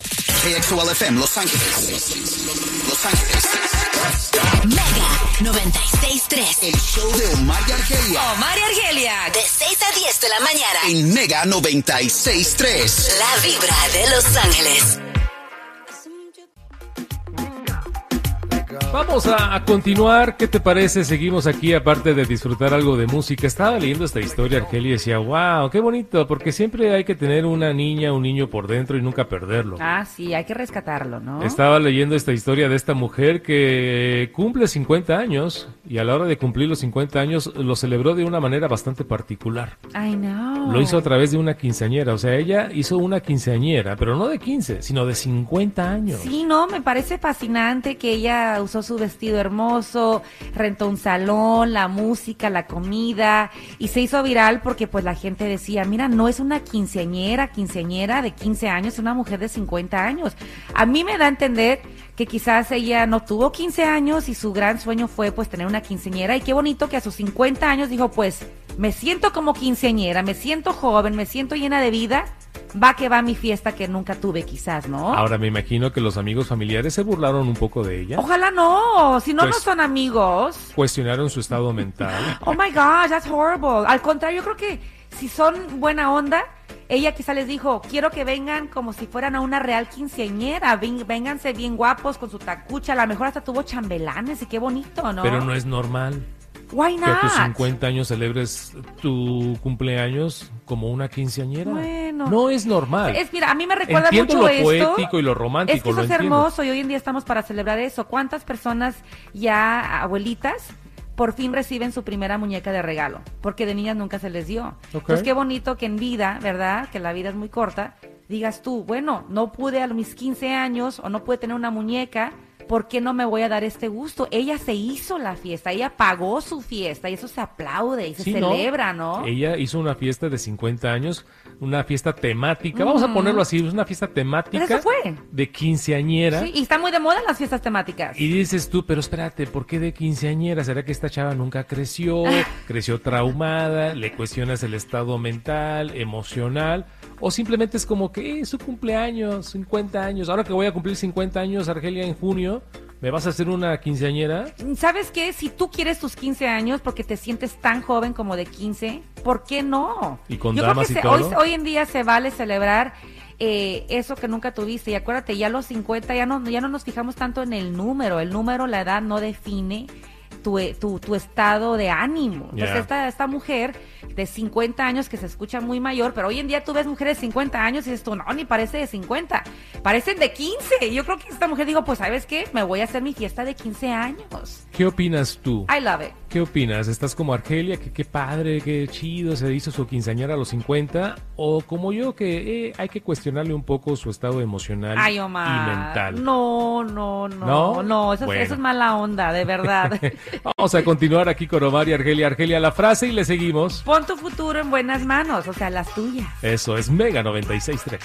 KXOLFM Los Ángeles. Los Ángeles. Mega 96.3. El show de Omar y Argelia Omar y Argelia. De 6 a 10 de la mañana. en Mega 96.3. La vibra de Los Ángeles. Vamos a, a continuar. ¿Qué te parece? Seguimos aquí, aparte de disfrutar algo de música. Estaba leyendo esta historia, Argelia, y decía, wow, qué bonito, porque siempre hay que tener una niña, un niño por dentro y nunca perderlo. Ah, sí, hay que rescatarlo, ¿no? Estaba leyendo esta historia de esta mujer que cumple 50 años y a la hora de cumplir los 50 años lo celebró de una manera bastante particular. Ay, no. Lo hizo a través de una quinceañera, o sea, ella hizo una quinceañera, pero no de 15, sino de 50 años. Sí, no, me parece fascinante que ella usó su vestido hermoso, rentó un salón, la música, la comida y se hizo viral porque pues la gente decía, mira, no es una quinceañera, quinceañera de 15 años, es una mujer de 50 años. A mí me da a entender que quizás ella no tuvo 15 años y su gran sueño fue pues tener una quinceañera y qué bonito que a sus 50 años dijo, pues me siento como quinceañera, me siento joven, me siento llena de vida. Va que va mi fiesta que nunca tuve quizás, ¿no? Ahora me imagino que los amigos familiares se burlaron un poco de ella. Ojalá no, si no, Pues- no son amigos. cuestionaron su estado mental. Oh my gosh, that's horrible. Al contrario, yo creo que si son buena onda, ella quizá les dijo, quiero que vengan como si fueran a una real quinceañera, ven- vénganse bien guapos con su tacucha, a lo mejor hasta tuvo chambelanes y qué bonito, ¿no? Pero no es normal Why que a tus not? 50 años celebres tu cumpleaños como una quinceañera. Bueno. No es normal. Es, mira, a mí me recuerda Ah, Entiendo mucho lo esto. poético y lo romántico, Es que eso lo es entiendo. hermoso y hoy en día estamos para celebrar eso. ¿Cuántas personas ya abuelitas por fin reciben su primera muñeca de regalo? Porque de niñas nunca se les dio. Ok. Entonces qué bonito que en vida, ¿verdad? Que la vida es muy corta. Digas tú, bueno, no pude a mis 15 años o no pude tener una muñeca. ¿Por qué no me voy a dar este gusto? Ella se hizo la fiesta, ella pagó su fiesta y eso se aplaude y se Sí, ¿no? celebra, ¿no? Ella hizo una fiesta de 50 años, una fiesta temática, vamos a ponerlo así, es una fiesta temática Pero eso fue. de quinceañera. Sí, y está muy de moda las fiestas temáticas. Y dices tú, pero espérate, ¿por qué de quinceañera? ¿Será que esta chava nunca creció? ¿Creció traumada? ¿Le cuestionas el estado mental, emocional? ¿O simplemente es como que eh, su cumpleaños, 50 años? Ahora que voy a cumplir 50 años, Argelia, en junio, ¿me vas a hacer una quinceañera? ¿Sabes qué? Si tú quieres tus 15 años porque te sientes tan joven como de 15, ¿por qué no? Y con Yo dramas y creo que se- todo. Hoy, hoy en día se vale celebrar eh, eso que nunca tuviste. Y acuérdate, ya a los 50 ya no, ya no nos fijamos tanto en el número. El número, la edad no define tu, eh, tu, tu estado de ánimo. Entonces, Ya. esta, esta mujer de 50 años que se escucha muy mayor, pero hoy en día tú ves mujeres de 50 años y dices tú, no, ni parece de 50, parecen de 15. Yo creo que esta mujer dijo, pues, ¿sabes qué? Me voy a hacer mi fiesta de 15 años. ¿Qué opinas tú? I love it. ¿Qué opinas? ¿Estás como Argelia, que qué padre, qué chido, se hizo su quinceañera a los 50? ¿O como yo, que eh, hay que cuestionarle un poco su estado emocional Ay, y Omar. mental? No, no, no. ¿No? No, eso, es- Bueno. eso es mala onda, de verdad. Vamos a continuar aquí con Omar y Argelia. Argelia, la frase y le seguimos. Pon tu futuro en buenas manos, o sea, las tuyas. Eso es Mega 96.3.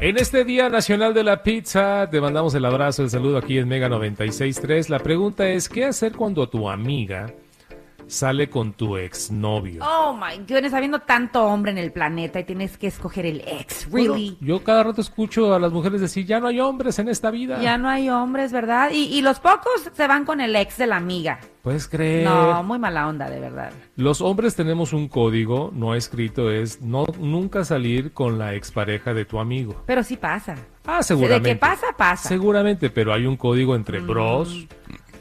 En este Día Nacional de la Pizza, te mandamos el abrazo, el saludo aquí en Mega 96.3. La pregunta es, ¿qué hacer cuando tu amiga sale con tu exnovio? Oh my goodness, habiendo tanto hombre en el planeta y tienes que escoger el ex, really. Yo cada rato escucho a las mujeres decir, ya no hay hombres en esta vida. ya no hay hombres, ¿verdad? Y, y los pocos se van con el ex de la amiga. ¿Puedes creer? No, muy mala onda, de verdad. Los hombres tenemos un código no escrito, es no, nunca salir con la expareja de tu amigo. Pero sí pasa. Ah, seguramente. De que pasa, pasa. Mm. Seguramente, pero hay un código entre bros.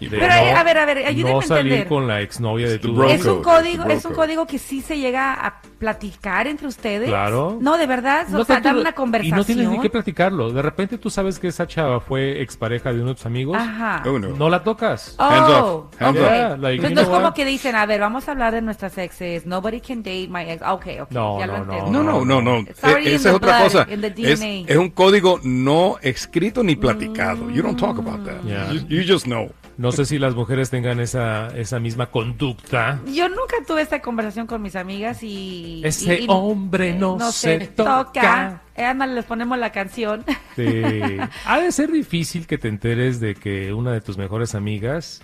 de Pero, eh, a ver, a ver, ayúdenme no a salir entender. con la exnovia de tu Bro es un code, código, bro es un code. código que sí se llega a platicar entre ustedes. Claro. No, de verdad, o sea, tanto- dar una conversación. Y no tienes ni que platicarlo. De repente tú sabes que esa chava fue expareja de uno de tus amigos. Ajá. Oh, no. No la tocas. Oh, Hands off, hands ok. off. Yeah, like, Entonces, you no know es como what? que dicen, a ver, vamos a hablar de nuestras exes. Nobody can date my ex. Ah, Ok, ok. No, ya no, lo entiendo. No, no, no, no. It's already Eh, in esa the es otra blood, cosa. in the Es, DNA. es un código no escrito ni platicado. You don't talk about that. Yeah. You, you just know. No sé si las mujeres tengan esa, esa misma conducta. Yo nunca tuve esta conversación con mis amigas y... Ese y- y- hombre no, se, toca. Eh, además, les ponemos la canción. Este, ha de ser difícil que te enteres de que una de tus mejores amigas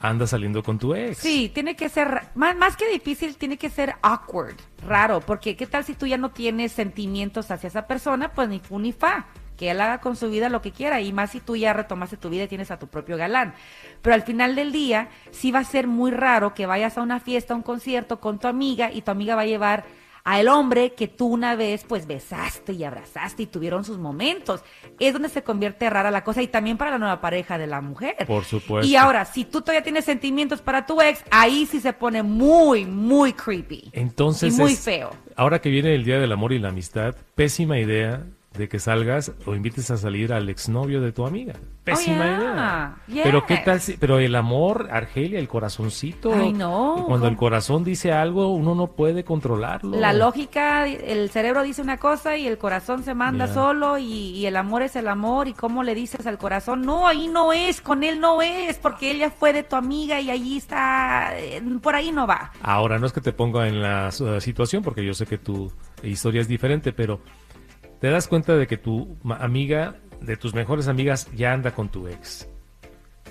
anda saliendo con tu ex. Sí, tiene que ser, más, más que difícil, tiene que ser awkward, raro, porque qué tal si tú ya no tienes sentimientos hacia esa persona, pues ni fu ni fa, que él haga con su vida lo que quiera, y más si tú ya retomaste tu vida y tienes a tu propio galán. Pero al final del día, sí va a ser muy raro que vayas a una fiesta, a un concierto con tu amiga y tu amiga va a llevar al hombre que tú una vez pues besaste y abrazaste y tuvieron sus momentos. Es donde se convierte rara la cosa y también para la nueva pareja de la mujer. Por supuesto. Y ahora, si tú todavía tienes sentimientos para tu ex, ahí sí se pone muy, muy creepy. Entonces Y muy es- feo. Ahora que viene el Día del Amor y la Amistad, pésima idea de que salgas o invites a salir al exnovio de tu amiga. Pésima Oh, yeah. idea. Pero qué Yes. tal si, pero el amor, Argelia, el corazoncito. Ay, no. Cuando el ¿Cómo? corazón dice algo, uno no puede controlarlo. La lógica, el cerebro dice una cosa y el corazón se manda Ya. solo y, y el amor es el amor y cómo le dices al corazón, no, ahí no es, con él no es, porque él ya fue de tu amiga y ahí está, eh, por ahí no va. Ahora no es que te ponga en la eh, situación, porque yo sé que tu historia es diferente, pero te das cuenta de que tu ma- amiga, de tus mejores amigas, ya anda con tu ex.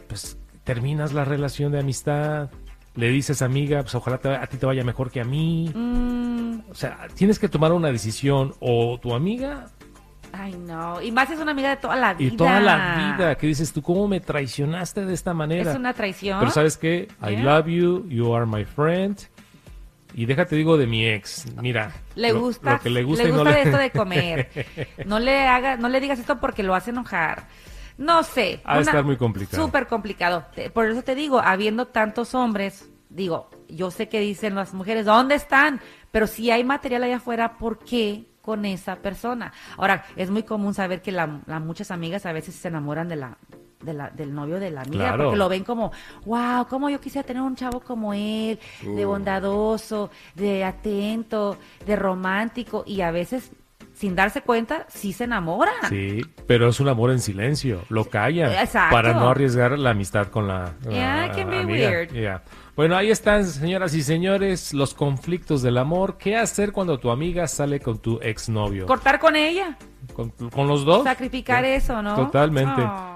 Pues terminas la relación de amistad, le dices amiga, pues ojalá te- a ti te vaya mejor que a mí. Mm. O sea, tienes que tomar una decisión o tu amiga Ay, no. Y más es una amiga de toda la y vida. toda la vida que dices tú, ¿cómo me traicionaste de esta manera? Es una traición. Pero sabes qué, I Yeah. love you, you are my friend. Y déjate digo de mi ex, mira. Le lo- gusta, lo que le gusta, le y no gusta de esto de comer. No le haga, no le digas esto porque lo hace enojar. No sé. Ha de estar muy complicado. Súper complicado. Te- Por eso te digo, habiendo tantos hombres, digo, yo sé que dicen las mujeres, ¿dónde están? Pero si hay material allá afuera, ¿por qué con esa persona? Ahora, es muy común saber que la, la- muchas amigas a veces se enamoran de la, de la- del novio de la amiga, Claro. porque lo ven como, wow, cómo yo quisiera tener un chavo como él, de bondadoso, de atento, de romántico, y a veces, sin darse cuenta, sí se enamoran. Sí, pero es un amor en silencio, lo callan. Exacto. Para no arriesgar la amistad con la. la Yeah, it can be amiga. weird. Yeah. Bueno, ahí están, señoras y señores, los conflictos del amor. ¿Qué hacer cuando tu amiga sale con tu exnovio? Cortar con ella, ¿Con, con los dos? sacrificar Sí. eso, ¿no? Ah. Totalmente. Ay.